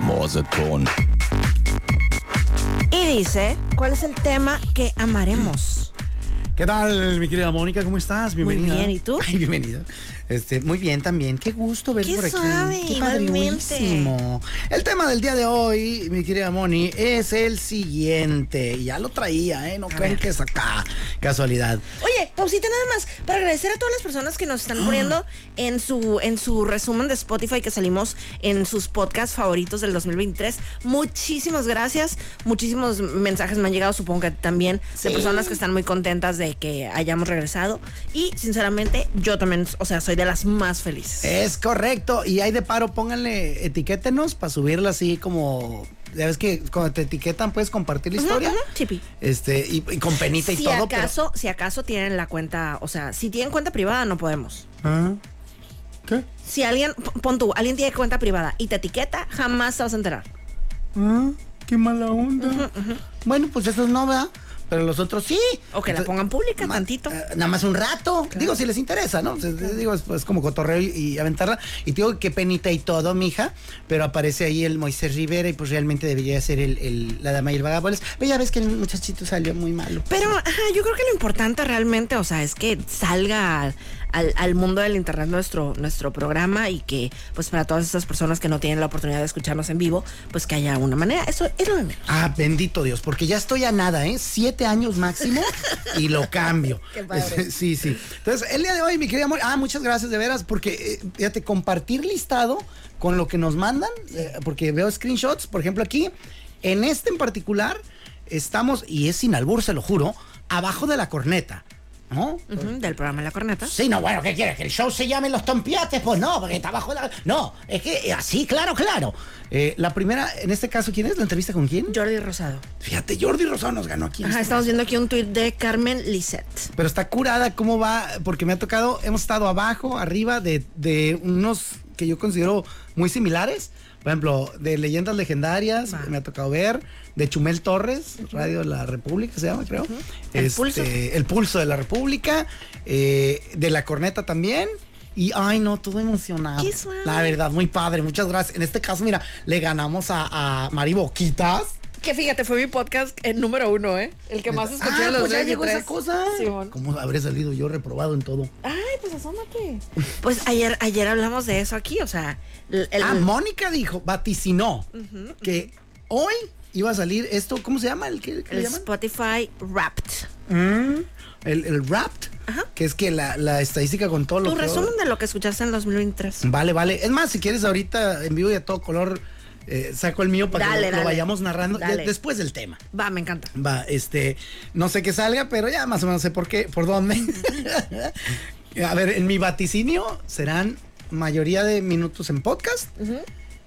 Speaker 4: Morseton.
Speaker 1: (laughs) Y dice, ¿cuál es el tema que amaremos?
Speaker 2: ¿Qué tal, mi querida Mónica? ¿Cómo estás? Bienvenida.
Speaker 1: bien, ¿y tú?
Speaker 2: Ay, bienvenido. Este, muy bien también. Qué gusto ver
Speaker 1: Qué
Speaker 2: por aquí.
Speaker 1: suave,
Speaker 2: Qué padre,
Speaker 1: igualmente.
Speaker 2: buenísimo. El tema del día de hoy, mi querida Moni, es el siguiente. Y Ya lo traía, ¿eh? No crean que es acá. Casualidad.
Speaker 1: Oye, pausita nada más para agradecer a todas las personas que nos están poniendo en su en su resumen de Spotify que salimos en sus podcasts favoritos del 2023. Muchísimas gracias. Muchísimos mensajes me han llegado, supongo que a ti también, de personas que están muy contentas de que hayamos regresado y sinceramente yo también, o sea, soy de las más felices.
Speaker 2: Es correcto. Y hay de paro, pónganle, etiquétenos para subirla así como. Ya ves que cuando te etiquetan puedes compartir la
Speaker 1: Ujú,
Speaker 2: historia.
Speaker 1: ujú, chipi.
Speaker 2: Este, y, y con penita y
Speaker 1: si
Speaker 2: todo. pero-
Speaker 1: acaso, si acaso tienen la cuenta, o sea, si tienen cuenta privada no podemos.
Speaker 2: Ah, ¿Qué?
Speaker 1: Si alguien, p- pon tú, alguien tiene cuenta privada y te etiqueta, jamás te vas a enterar.
Speaker 2: Ah, qué mala onda. Bueno, pues esos no, ¿verdad? Pero los otros sí.
Speaker 1: O que la
Speaker 2: Entonces,
Speaker 1: pongan pública
Speaker 2: ma-
Speaker 1: tantito.
Speaker 2: eh, nada más un rato. Digo, si les interesa, ¿no? Se- Digo, es pues, como cotorreo y, y aventarla. Y te digo, qué penita y todo, mija. Pero aparece ahí el Moisés Rivera y pues realmente debería ser el, el- la dama y el vagabundo. Pero ya ves que el muchachito salió muy malo.
Speaker 1: Pero ajá, yo creo que lo importante realmente, o sea, es que salga al, al- al mundo del internet nuestro, nuestro programa y que, pues, para todas estas personas que no tienen la oportunidad de escucharnos en vivo, pues que haya una manera. Eso es lo de menos.
Speaker 2: Ah, bendito Dios, porque ya estoy a nada, ¿eh? Siete años máximo y lo cambio.
Speaker 1: (laughs) Qué padre.
Speaker 2: (laughs) Sí, sí. Entonces, el día de hoy, mi querida amor, ah, muchas gracias de veras, porque, eh, fíjate, compartir listado con lo que nos mandan, eh, porque veo screenshots, por ejemplo, aquí, en este en particular, estamos, y es sin albur, se lo juro, abajo de la corneta, ¿no?
Speaker 1: Ujú, del programa La Corneta.
Speaker 2: Sí, no, bueno, ¿qué quieres? ¿Que el show se llame Los Tompiates? Pues no, porque está bajo la... No, es que eh, así, claro, claro. Eh, la primera, en este caso, ¿quién es? ¿La entrevista con quién?
Speaker 1: Jordi Rosado.
Speaker 2: Fíjate, Jordi Rosado nos ganó aquí. en
Speaker 1: Ajá,
Speaker 2: este-
Speaker 1: estamos viendo aquí un tuit de Carmen Lisette.
Speaker 2: Pero está curada cómo va, porque me ha tocado, hemos estado abajo, arriba de, de unos que que yo considero muy similares. Por ejemplo, de leyendas legendarias, me ha tocado ver, de Chumel Torres, Radio de la República se llama, creo. Este,
Speaker 1: El Pulso.
Speaker 2: El Pulso de la República, eh, de la Corneta también. Y ay no, todo emocionado.
Speaker 1: Qué suave.
Speaker 2: La verdad, muy padre. Muchas gracias. En este caso, mira, le ganamos a, a Mari Boquitas.
Speaker 1: Que fíjate, fue mi podcast el número uno, ¿eh? El que más escuché
Speaker 2: Ah,
Speaker 1: de los
Speaker 2: pues ya
Speaker 1: 23.
Speaker 2: llegó esa cosa.
Speaker 1: Simón.
Speaker 2: ¿Cómo habré salido yo reprobado en todo?
Speaker 1: Ay, pues asómate. Pues ayer, ayer hablamos de eso aquí, o sea, el, el-
Speaker 2: Ah, Mónica dijo, vaticinó que hoy iba a salir esto, ¿cómo se llama? ¿El que
Speaker 1: el Spotify Wrapped.
Speaker 2: El, el Wrapped, que es que la, la estadística con todo lo
Speaker 1: Tu
Speaker 2: que...
Speaker 1: resumen de lo que escuchaste en 2023.
Speaker 2: Vale, vale. Es más, si quieres ahorita en vivo y a todo color, eh, saco el mío para
Speaker 1: Dale,
Speaker 2: que lo- lo,
Speaker 1: dale.
Speaker 2: vayamos narrando de-
Speaker 1: Dale.
Speaker 2: después del tema.
Speaker 1: Va, me encanta.
Speaker 2: Va, este, no sé qué salga, pero ya más o menos sé por qué, por dónde.
Speaker 1: (laughs)
Speaker 2: a ver, en mi vaticinio serán mayoría de minutos en podcast.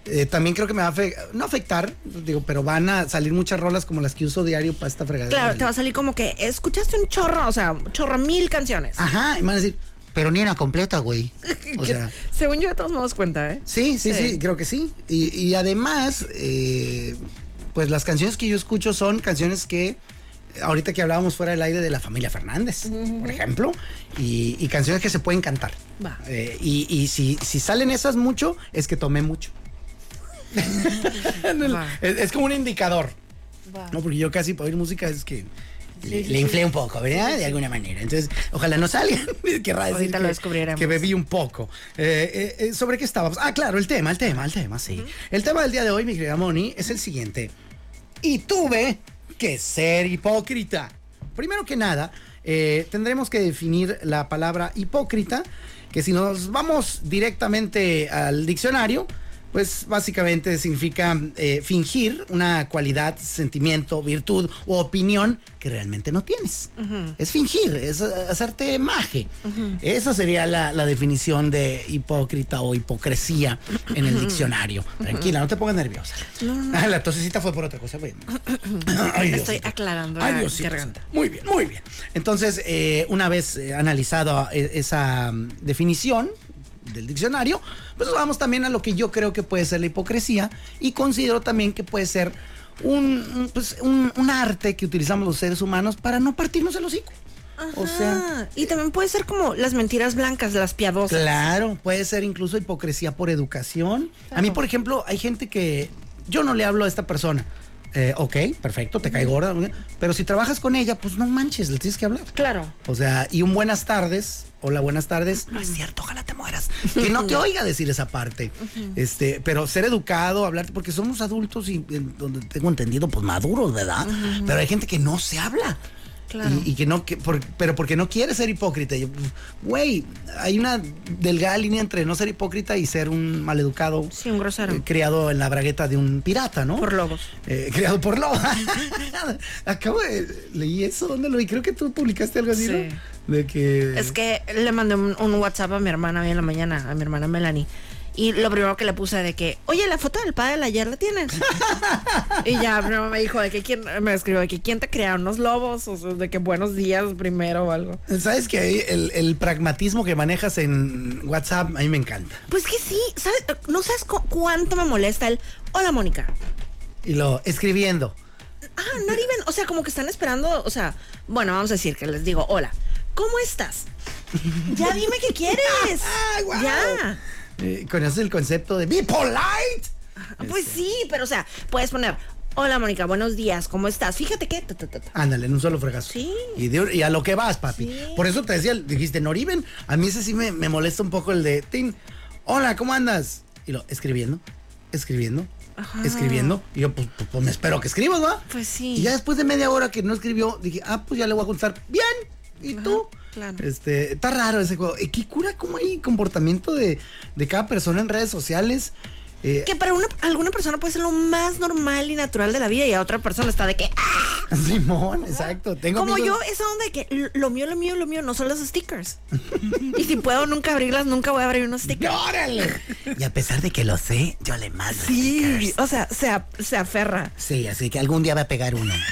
Speaker 2: Eh, también creo que me va a afe- no afectar, digo, pero van a salir muchas rolas como las que uso diario para esta fregadera.
Speaker 1: Claro, te va a salir como que escuchaste un chorro, o sea, un chorro mil canciones. (laughs)
Speaker 2: Ajá, y me van a decir, pero ni era completa, güey. Ah, O
Speaker 1: Que-
Speaker 2: sea,
Speaker 1: según yo de todos modos cuenta, ¿eh?
Speaker 2: sí, sí,
Speaker 1: Sí.
Speaker 2: sí, creo que sí. Y, y además, eh, pues las canciones que yo escucho son canciones que ahorita que hablábamos fuera del aire de la familia Fernández, por ejemplo, y, y canciones que se pueden cantar.
Speaker 1: Va.
Speaker 2: Eh, y y si, si salen esas mucho, es que
Speaker 1: (laughs)
Speaker 2: tomé mucho. (laughs)
Speaker 1: Va.
Speaker 2: Es, es como un indicador.
Speaker 1: Va.
Speaker 2: No, porque yo casi para oír música es que le, le inflé un poco, ¿verdad? De alguna manera. Entonces, ojalá no salgan. (laughs) Querrá decir
Speaker 1: Ahorita lo
Speaker 2: que-
Speaker 1: descubriremos.
Speaker 2: Que bebí un poco. Eh, eh, eh, ¿Sobre qué estábamos? Ah, claro, el tema, el tema, el tema, sí. El tema del día de hoy, mi querida Moni, es el siguiente. Y tuve que ser hipócrita. Primero que nada, eh, tendremos que definir la palabra hipócrita, que si nos vamos directamente al diccionario, pues básicamente significa eh, fingir una cualidad, sentimiento, virtud o opinión que realmente no tienes. Es fingir, es eh, hacerte maje. Esa sería la, la definición de hipócrita o hipocresía en el diccionario. Tranquila, no te pongas nerviosa. Ah, la tosecita fue por otra cosa. (coughs) güey. Ay, Diosito.
Speaker 1: Estoy aclarando la
Speaker 2: Diosito.
Speaker 1: garganta.
Speaker 2: Muy bien, muy bien. Entonces, eh, una vez eh, analizado eh, esa mm, definición del diccionario, pues vamos también a lo que yo creo que puede ser la hipocresía y considero también que puede ser un, un, pues, un- un arte que utilizamos los seres humanos para no partirnos el hocico. O sea,
Speaker 1: Ah, y también puede ser como las mentiras blancas, las piadosas.
Speaker 2: Claro, puede ser incluso hipocresía por educación. A mí, por ejemplo, hay gente que yo no le hablo a esta persona. Eh, ok, perfecto, te cae gorda. Pero si trabajas con ella, pues no manches, le tienes que hablar.
Speaker 1: Claro.
Speaker 2: O sea, y un buenas tardes. Hola, buenas tardes. No es cierto, ojalá te mueras. Que
Speaker 1: (laughs)
Speaker 2: no te oiga decir esa parte. Este, pero ser educado, hablarte, porque somos adultos y en donde tengo entendido, pues maduros, ¿verdad? Pero hay gente que no se habla.
Speaker 1: Claro.
Speaker 2: Y, y que no, que por- pero porque no quiere ser hipócrita. Yo, Güey, hay una delgada línea entre no ser hipócrita y ser un maleducado.
Speaker 1: Sí, un grosero.
Speaker 2: eh, criado en la bragueta de un pirata, ¿no?
Speaker 1: Por lobos.
Speaker 2: Eh, creado por Loba. (laughs) Acabo de leí eso, ¿dónde lo vi? Creo que tú publicaste algo así,
Speaker 1: Sí.
Speaker 2: ¿no? De que
Speaker 1: Es que le mandé un, un WhatsApp a mi hermana hoy en la mañana, a mi hermana Melanie. Y lo primero que le puse de que, oye, la foto del padre ayer la (laughs) tienes. y ya mi mamá me dijo de que quién, me escribió de que quién te crearon los lobos, o sea, de que buenos días primero o algo.
Speaker 2: sabes que ahí el, el pragmatismo que manejas en WhatsApp a mí me encanta.
Speaker 1: Pues que sí, ¿sabes? No sabes cu- cuánto me molesta el, hola Mónica.
Speaker 2: Y lo escribiendo.
Speaker 1: Ah, no even, o sea, como que están esperando, o sea, bueno, vamos a decir que les digo, hola, ¿cómo estás? Ya dime qué (laughs) quieres.
Speaker 2: Ah, guau.
Speaker 1: Ya.
Speaker 2: Eh, ¿Conoces el concepto de be polite?
Speaker 1: Pues sí, pero o sea, puedes poner, hola Mónica, buenos días, ¿cómo estás? Fíjate que... ta, ta, ta, ta".
Speaker 2: Ándale, en un solo fregazo.
Speaker 1: Sí.
Speaker 2: Y, de- y a lo que vas, papi.
Speaker 1: Sí.
Speaker 2: Por eso te decía, dijiste, Noriben. A mí ese sí me, me molesta un poco el de Tin. Hola, ¿cómo andas? Y lo, escribiendo, escribiendo, escribiendo. Y yo, pues, pues, pues, me espero que escribas, ¿va?
Speaker 1: Pues sí.
Speaker 2: Y ya después de media hora que no escribió, dije, ah, pues ya le voy a contestar. Bien. ¿Y
Speaker 1: Ajá,
Speaker 2: tú?
Speaker 1: claro.
Speaker 2: Este, está raro ese juego. ¿Y qué cura? ¿Cómo hay comportamiento de, de cada persona en redes sociales? Eh,
Speaker 1: Que para una, alguna persona puede ser lo más normal y natural de la vida y a otra persona está de que... "Ah".
Speaker 2: (laughs) Simón, exacto. Tengo
Speaker 1: Como
Speaker 2: amigos-
Speaker 1: yo, esa onda de que "L- lo mío, lo mío, lo mío no son los
Speaker 2: (laughs)
Speaker 1: stickers. y si puedo nunca abrirlas, nunca voy a abrir unos stickers.
Speaker 2: ¡Órale! Y a pesar de que lo sé, yo le mando.
Speaker 1: Sí, o sea, se, a- se aferra.
Speaker 2: (laughs) Sí, así que algún día va a pegar uno. (laughs)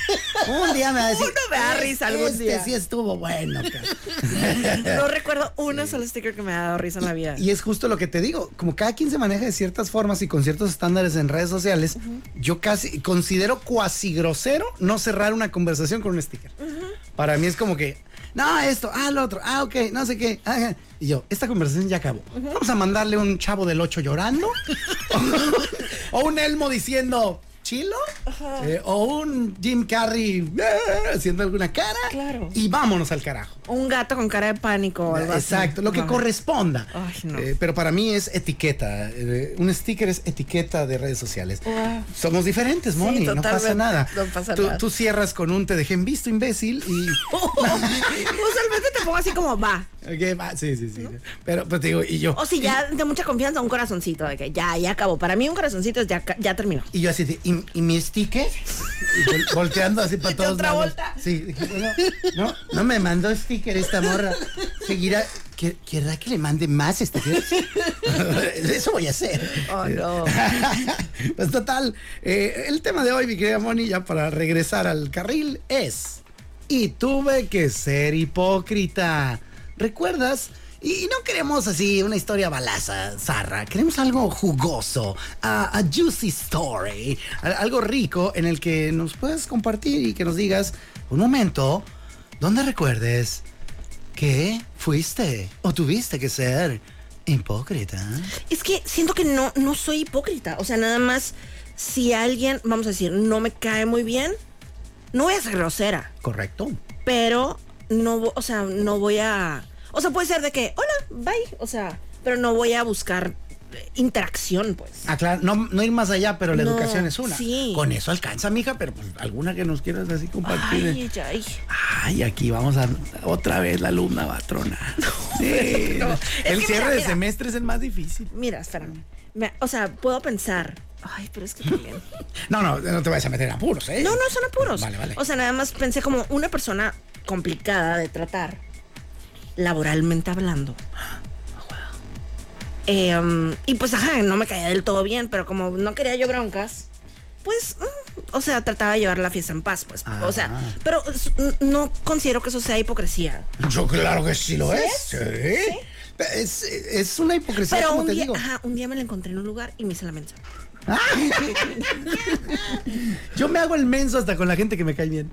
Speaker 2: Un día me va a decir.
Speaker 1: Uno me da risa algún
Speaker 2: este
Speaker 1: día".
Speaker 2: sí estuvo bueno. cabrón.
Speaker 1: No recuerdo uno solo sticker que me ha dado risa en la vida.
Speaker 2: Y es justo lo que te digo, como cada quien se maneja de ciertas formas y con ciertos estándares en redes sociales, yo casi considero cuasi grosero no cerrar una conversación con un sticker. Para mí es como que, no, esto, ah, lo otro, ah, ok, no sé qué. ah, ah". y yo, esta conversación ya acabó. Vamos a mandarle un chavo del
Speaker 1: (laughs)
Speaker 2: 8 llorando. o un Elmo diciendo, chilo. Eh, o un Jim Carrey "Ah", haciendo alguna cara.
Speaker 1: Claro.
Speaker 2: Y vámonos al carajo.
Speaker 1: Un gato con cara de pánico o algo así.
Speaker 2: Exacto, lo que
Speaker 1: Ajá.
Speaker 2: corresponda.
Speaker 1: Ay, no.
Speaker 2: Eh, pero para mí es etiqueta. eh, un sticker es etiqueta de redes sociales. Somos diferentes, Moni, no pasa
Speaker 1: totalmente,
Speaker 2: nada.
Speaker 1: no pasa
Speaker 2: tú,
Speaker 1: nada.
Speaker 2: tú cierras con un te dejé en visto, imbécil, y... (laughs)
Speaker 1: (laughs) Usualmente te pongo así como va.
Speaker 2: Ok, va, sí, sí, sí. Pero pues te digo, y yo...
Speaker 1: O si ya de mucha confianza, un corazoncito de que ya, ya acabó. Para mí un corazoncito es ya, ca- ya terminó.
Speaker 2: Y yo así, de, ¿y, y mi sticker? Y vol- volteando así
Speaker 1: (laughs)
Speaker 2: para
Speaker 1: Diste
Speaker 2: todos
Speaker 1: otra
Speaker 2: lados.
Speaker 1: vuelta.
Speaker 2: Sí, dije, bueno, no, no me mandó sticker esta morra. Seguirá, ¿quer- ¿querrá que le mande más stickers? (laughs) Eso voy a hacer.
Speaker 1: Oh, no.
Speaker 2: (laughs) pues total, eh, el tema de hoy, mi querida Moni, ya para regresar al carril, es... Y tuve que ser hipócrita. ¿Recuerdas? Y, y no queremos así una historia balaza, zarra. Queremos algo jugoso, a, a juicy story, a- algo rico en el que nos puedas compartir y que nos digas un momento donde recuerdes que fuiste o tuviste que ser hipócrita.
Speaker 1: Es que siento que no, no soy hipócrita. O sea, nada más si alguien, vamos a decir, no me cae muy bien, no voy a ser grosera.
Speaker 2: Correcto.
Speaker 1: Pero no, vo- o sea, no voy a. O sea, puede ser de que, hola, bye. O sea, pero no voy a buscar eh, interacción, pues.
Speaker 2: Aclar- Ah, no, no ir más allá, pero la
Speaker 1: No,
Speaker 2: educación es una.
Speaker 1: sí.
Speaker 2: Con eso alcanza, mija, pero pues, alguna que nos quieras así compartir.
Speaker 1: Ay, ay.
Speaker 2: Ay, aquí vamos a otra vez la
Speaker 1: (laughs)
Speaker 2: alumna patrona.
Speaker 1: es que
Speaker 2: el
Speaker 1: mira,
Speaker 2: cierre de
Speaker 1: mira.
Speaker 2: semestre es el más difícil.
Speaker 1: Mira, espérame. Me- o sea, puedo pensar. Ay, pero es que también.
Speaker 2: No, no, no te vayas a meter en apuros, ¿eh?
Speaker 1: No, no, son apuros.
Speaker 2: Vale, vale.
Speaker 1: O sea, nada más pensé como una persona complicada de tratar, laboralmente hablando. Eh, um, y pues, ajá, no me caía del todo bien, pero como no quería yo broncas, pues, mm, o sea, trataba de llevar la fiesta en paz, pues.
Speaker 2: Ah.
Speaker 1: O sea, pero s- n- no considero que eso sea hipocresía.
Speaker 2: Yo claro que sí lo es. sí. Es, es una hipocresía,
Speaker 1: pero
Speaker 2: como
Speaker 1: un
Speaker 2: te
Speaker 1: día,
Speaker 2: digo.
Speaker 1: ajá, un día me la encontré en un lugar y me hice la mensa.
Speaker 2: Yo me hago el menso hasta con la gente que me cae bien.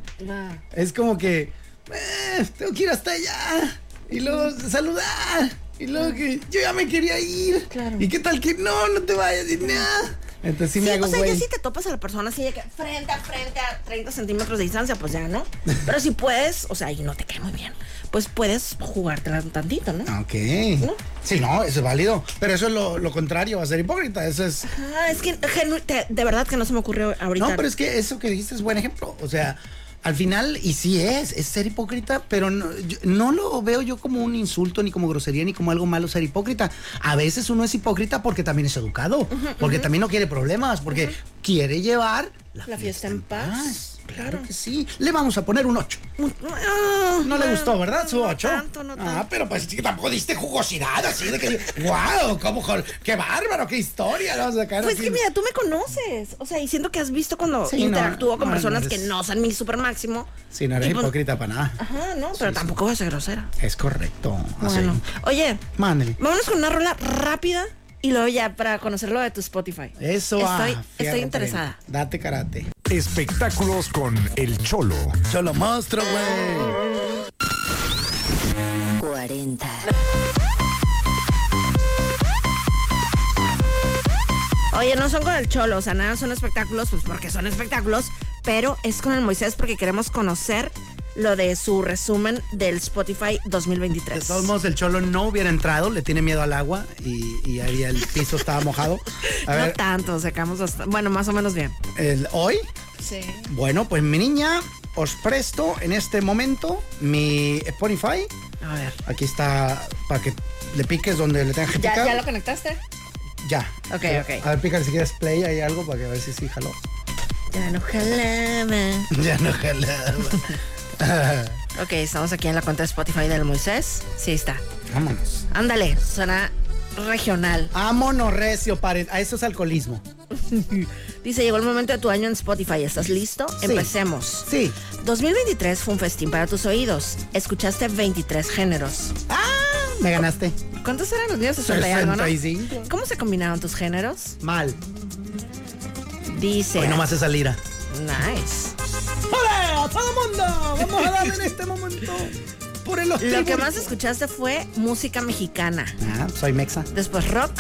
Speaker 2: Es como que eh, tengo que ir hasta allá y luego
Speaker 1: Mm.
Speaker 2: saludar y luego que yo ya me quería ir.
Speaker 1: Claro.
Speaker 2: ¿Y qué tal que no? No te vayas y nada. Entonces sí,
Speaker 1: Sí,
Speaker 2: me hago
Speaker 1: o sea,
Speaker 2: güey.
Speaker 1: ya si te topas a la persona así de que frente a frente a 30 centímetros de distancia, pues ya, ¿no? Pero si puedes, o sea, y no te cae muy bien, pues puedes jugártela un tantito, ¿no?
Speaker 2: Ah, Ok. Sí, no, eso es válido. Pero eso es lo, lo contrario a ser hipócrita. Eso es.
Speaker 1: Ah, es que genu- te- de verdad que no se me ocurrió ahorita.
Speaker 2: No, pero es que eso que dijiste es buen ejemplo. O sea, al final, y sí es, es ser hipócrita, pero no, yo- no lo veo yo como un insulto, ni como grosería, ni como algo malo ser hipócrita. A veces uno es hipócrita porque también es educado, porque también no quiere problemas, porque quiere llevar la,
Speaker 1: La fiesta en paz.
Speaker 2: Claro,
Speaker 1: Claro.
Speaker 2: que sí. Le vamos a poner un 8.
Speaker 1: Ah,
Speaker 2: No le
Speaker 1: bueno,
Speaker 2: gustó, ¿verdad? Su
Speaker 1: no
Speaker 2: 8.
Speaker 1: tanto, no
Speaker 2: Ah,
Speaker 1: tanto.
Speaker 2: pero pues sí, tampoco diste jugosidad así de que. ¡Wow! ¿Cómo, jol- ¡Qué bárbaro! ¡Qué historia! Vamos a sacar
Speaker 1: Pues es
Speaker 2: así.
Speaker 1: que mira, tú me conoces. O sea, y siento que has visto cuando
Speaker 2: Sí, no,
Speaker 1: interactúo con
Speaker 2: no, no
Speaker 1: personas
Speaker 2: eres-
Speaker 1: que no son mi super máximo.
Speaker 2: Sí, no eres
Speaker 1: Y pues-
Speaker 2: hipócrita para nada.
Speaker 1: Ajá, no, pero tampoco voy a ser grosera.
Speaker 2: Es correcto. así.
Speaker 1: Bueno. Oye,
Speaker 2: Mándale.
Speaker 1: Vámonos con una rola rápida y luego ya para conocerlo de tu Spotify.
Speaker 2: Eso ah,
Speaker 1: Estoy,
Speaker 2: fíjate.
Speaker 1: estoy interesada.
Speaker 2: Date karate.
Speaker 5: Espectáculos con El Cholo.
Speaker 2: Solo monstruo, güey.
Speaker 4: 40.
Speaker 1: Oye, no son con el Cholo, o sea, nada son espectáculos, pues porque son espectáculos, pero es con el Moisés porque queremos conocer lo de su resumen del Spotify
Speaker 2: De
Speaker 1: 2023.
Speaker 2: todos modos, el cholo no hubiera entrado, le tiene miedo al agua y, y ahí el piso estaba mojado. A
Speaker 1: No
Speaker 2: ver,
Speaker 1: tanto, sacamos bast- Bueno, más o menos bien.
Speaker 2: el- hoy,
Speaker 1: Sí.
Speaker 2: bueno, pues mi niña, os presto en este momento mi Spotify.
Speaker 1: A ver.
Speaker 2: Aquí está para que le piques donde le tengas que
Speaker 1: ¿Ya,
Speaker 2: picar.
Speaker 1: ya lo conectaste?
Speaker 2: Ya.
Speaker 1: Ok, ok.
Speaker 2: A ver, pícale si quieres play, hay algo para que a ver si sí, jaló.
Speaker 1: Ya no jalaba.
Speaker 2: (laughs) ya no jalaba.
Speaker 1: Ok, estamos aquí en la cuenta de Spotify del Moisés. Sí, está.
Speaker 2: (laughs) Vámonos.
Speaker 1: Ándale, suena regional.
Speaker 2: Vámonos, recio, pare. A eso es Ah, alcoholismo.
Speaker 1: Dice, llegó el momento de tu año en Spotify. ¿Estás listo?
Speaker 2: Sí.
Speaker 1: Empecemos.
Speaker 2: Sí.
Speaker 1: 2023 fue un festín para tus oídos. Escuchaste 23 géneros.
Speaker 2: ¡Ah! Me ganaste.
Speaker 1: ¿Cuántos eran los míos? 60 y algo, ¿no?
Speaker 2: 65.
Speaker 1: ¿Cómo se combinaron tus géneros?
Speaker 2: Mal.
Speaker 1: Dice.
Speaker 2: Hoy nomás esa lira.
Speaker 1: Nice.
Speaker 2: ¡Hola! ¡A todo mundo! Vamos a darle en este momento por el
Speaker 1: Lo que más escuchaste fue música mexicana.
Speaker 2: Ah, soy mexa.
Speaker 1: Después rock.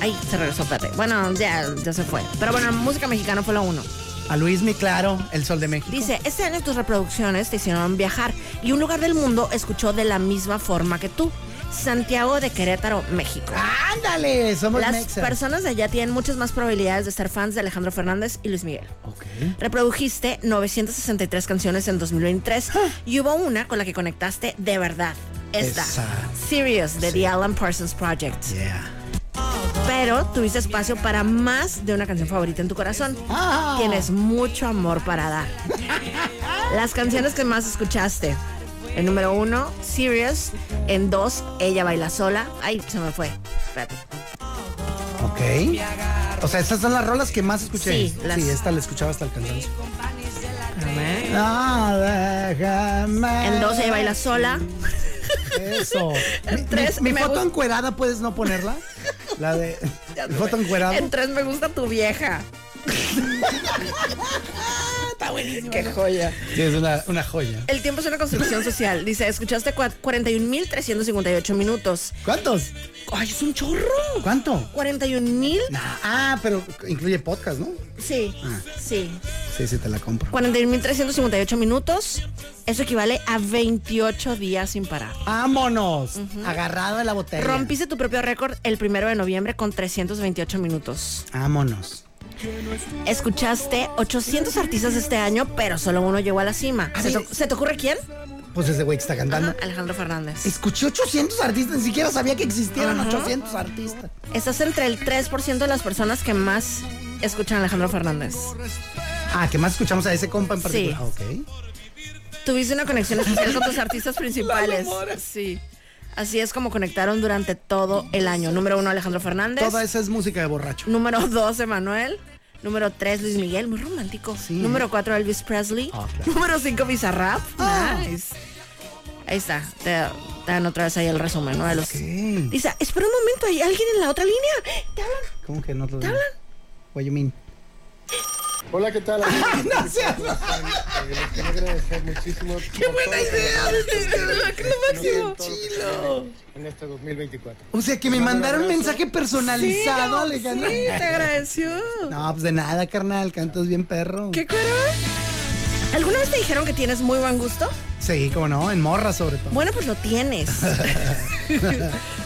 Speaker 1: Ay, se regresó, espérate. Bueno, ya, ya se fue. Pero bueno, música mexicana fue lo uno.
Speaker 2: A Luis Mi Claro, El Sol de México.
Speaker 1: Dice, este año tus reproducciones te hicieron viajar y un lugar del mundo escuchó de la misma forma que tú. Santiago de Querétaro, México.
Speaker 2: Ah, ¡Ándale! Somos
Speaker 1: Las
Speaker 2: mexa.
Speaker 1: personas de allá tienen muchas más probabilidades de ser fans de Alejandro Fernández y Luis Miguel.
Speaker 2: Ok.
Speaker 1: Reprodujiste 963 canciones en 2023 y hubo una con la que conectaste de verdad. Esta,
Speaker 2: Esa.
Speaker 1: Serious, de The Alan Parsons Project.
Speaker 2: Yeah.
Speaker 1: Pero tuviste espacio para más de una canción favorita en tu corazón.
Speaker 2: Ah.
Speaker 1: Tienes mucho amor para dar. Las canciones que más escuchaste. En número uno, Serious. En dos, Ella Baila Sola. Ay, se me fue. Espérate.
Speaker 2: Ok. O sea, estas son las rolas que más escuché.
Speaker 1: Sí, las-
Speaker 2: esta la escuchaba hasta el cansancio.
Speaker 1: A ver.
Speaker 2: No, déjame.
Speaker 1: En dos, Ella Baila Sola. (laughs)
Speaker 2: Eso. Mi- mi-
Speaker 1: tres,
Speaker 2: mi,
Speaker 1: me
Speaker 2: foto
Speaker 1: gusta-
Speaker 2: encuerada, ¿puedes no ponerla?
Speaker 1: (laughs)
Speaker 2: La de. mi foto encuerada.
Speaker 1: En tres, Me Gusta Tu Vieja. Está buenísimo. Qué joya.
Speaker 2: Sí, es una, una joya.
Speaker 1: El tiempo es una construcción social. Dice, escuchaste cua- 41.358 minutos.
Speaker 2: ¿Cuántos?
Speaker 1: ¡Ay, es un chorro!
Speaker 2: ¿Cuánto?
Speaker 1: 41.000.
Speaker 2: Nah, ah, pero incluye podcast, ¿no? Ah,
Speaker 1: Sí, sí.
Speaker 2: Sí, sí, te la compro.
Speaker 1: 41.358 minutos. Eso equivale a 28 días sin parar.
Speaker 2: ¡Vámonos! Agarrado de la botella.
Speaker 1: Rompiste tu propio récord el primero de noviembre con 328 minutos.
Speaker 2: Vámonos.
Speaker 1: Escuchaste 800 artistas este año, pero solo uno llegó a la cima. ¿Se,
Speaker 2: mira.
Speaker 1: te- se te ocurre quién?
Speaker 2: Pues ese güey que está cantando.
Speaker 1: Ajá, Alejandro Fernández.
Speaker 2: Escuché 800 artistas, ni siquiera sabía que existieran
Speaker 1: Ajá.
Speaker 2: 800 artistas.
Speaker 1: Estás entre el 3% de las personas que más escuchan a Alejandro Fernández.
Speaker 2: Ah, que más escuchamos a ese compa en
Speaker 1: Sí.
Speaker 2: particular. Ah,
Speaker 1: Tuviste una conexión especial con tus artistas principales. Sí. Así es como conectaron durante todo el año. Número uno, Alejandro
Speaker 2: ok.
Speaker 1: Fernández.
Speaker 2: Toda esa es música de borracho.
Speaker 1: Número 2, Emanuel. Número 3, Luis Miguel, muy romántico.
Speaker 2: Sí.
Speaker 1: Número 4, Elvis Presley.
Speaker 2: Ah, claro.
Speaker 1: Número 5, Bizarrap. Nice. Ahí está. Te te dan otra vez ahí el resumen, ¿no? De los...
Speaker 2: Ok.
Speaker 1: Dice, espera un momento, hay alguien en la otra línea. ¿Te hablan?
Speaker 2: ¿Cómo que no te lo What you mean? (laughs) Ah,
Speaker 4: Hola, ¿qué tal? eh,
Speaker 2: ¡No seas!
Speaker 4: Les quiero agradecer muchísimo.
Speaker 2: ¡Qué
Speaker 1: (laughs)
Speaker 2: buena idea! ¡Qué lo máximo!
Speaker 4: chilo! En este 2024.
Speaker 2: O sea, que me mandaron un mensaje personalizado, Alejandro.
Speaker 1: Sí, te agradeció.
Speaker 2: (laughs) No, pues de nada, carnal. Cantas bien perro.
Speaker 1: ¿Qué cuero? ¿Alguna vez te dijeron que tienes muy buen gusto?
Speaker 2: Sí, como no, en morra sobre todo.
Speaker 1: Bueno, pues lo
Speaker 2: (laughs)
Speaker 1: tienes.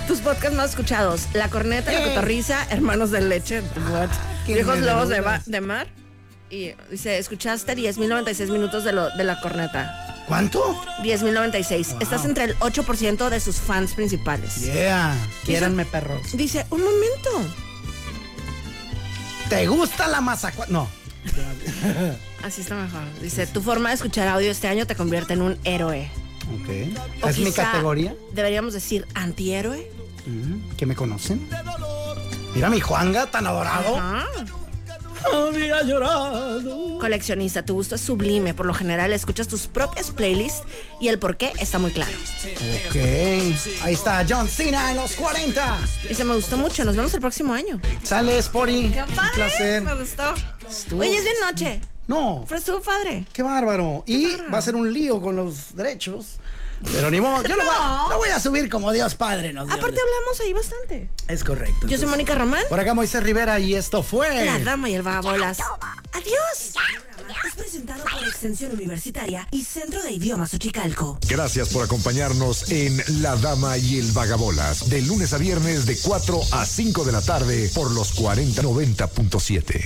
Speaker 1: Tus podcasts más escuchados: La Corneta, La Cotorriza, Hermanos de Leche, what?
Speaker 2: Ah, qué
Speaker 1: Viejos
Speaker 2: buena
Speaker 1: Lobos de,
Speaker 2: onda.
Speaker 1: Ba- de Mar. Y dice: Escuchaste 10.096 minutos de, lo, de La Corneta.
Speaker 2: ¿Cuánto?
Speaker 1: 10.096. Estás entre el 8% de sus fans principales.
Speaker 2: Yeah. Quiéranme, perros.
Speaker 1: Dice: Un momento.
Speaker 2: ¿Te gusta la mazacua? No.
Speaker 1: Así está mejor. Dice: Tu forma de escuchar audio este año te convierte en un héroe.
Speaker 2: Ok.
Speaker 1: O
Speaker 2: ¿Es mi
Speaker 1: quizá
Speaker 2: categoría?
Speaker 1: Deberíamos decir antihéroe.
Speaker 2: Mm, ¿Que me conocen? Mira mi Juanga tan adorado.
Speaker 1: Ah.
Speaker 3: Había llorado.
Speaker 1: Coleccionista, tu gusto es sublime. Por lo general, escuchas tus propias playlists y el por qué está muy claro.
Speaker 2: Ok. Ahí está John Cena en los 40.
Speaker 1: Y se me gustó mucho. Nos vemos el próximo año.
Speaker 2: Sale Sporty. Un placer.
Speaker 1: Me gustó.
Speaker 2: Estuvo-
Speaker 1: Oye, es bien noche.
Speaker 2: No.
Speaker 1: Pero estuvo padre.
Speaker 2: Qué bárbaro. Y va a ser un lío con los derechos. Pero ni modo. Yo lo, voy, a- lo voy a subir como Dios Padre nos dio.
Speaker 1: Aparte, hablamos ahí bastante.
Speaker 2: Es correcto.
Speaker 1: Yo soy
Speaker 2: entonces.
Speaker 1: Mónica Román.
Speaker 2: Por acá Moisés Rivera y esto fue.
Speaker 1: La dama y el vagabolas. Adiós. Es presentado por Extensión Universitaria y Centro de Idiomas Uchicalco.
Speaker 5: Gracias por acompañarnos en La Dama y el Vagabolas, de lunes a viernes de 4 a 5 de la tarde por los 4090.7.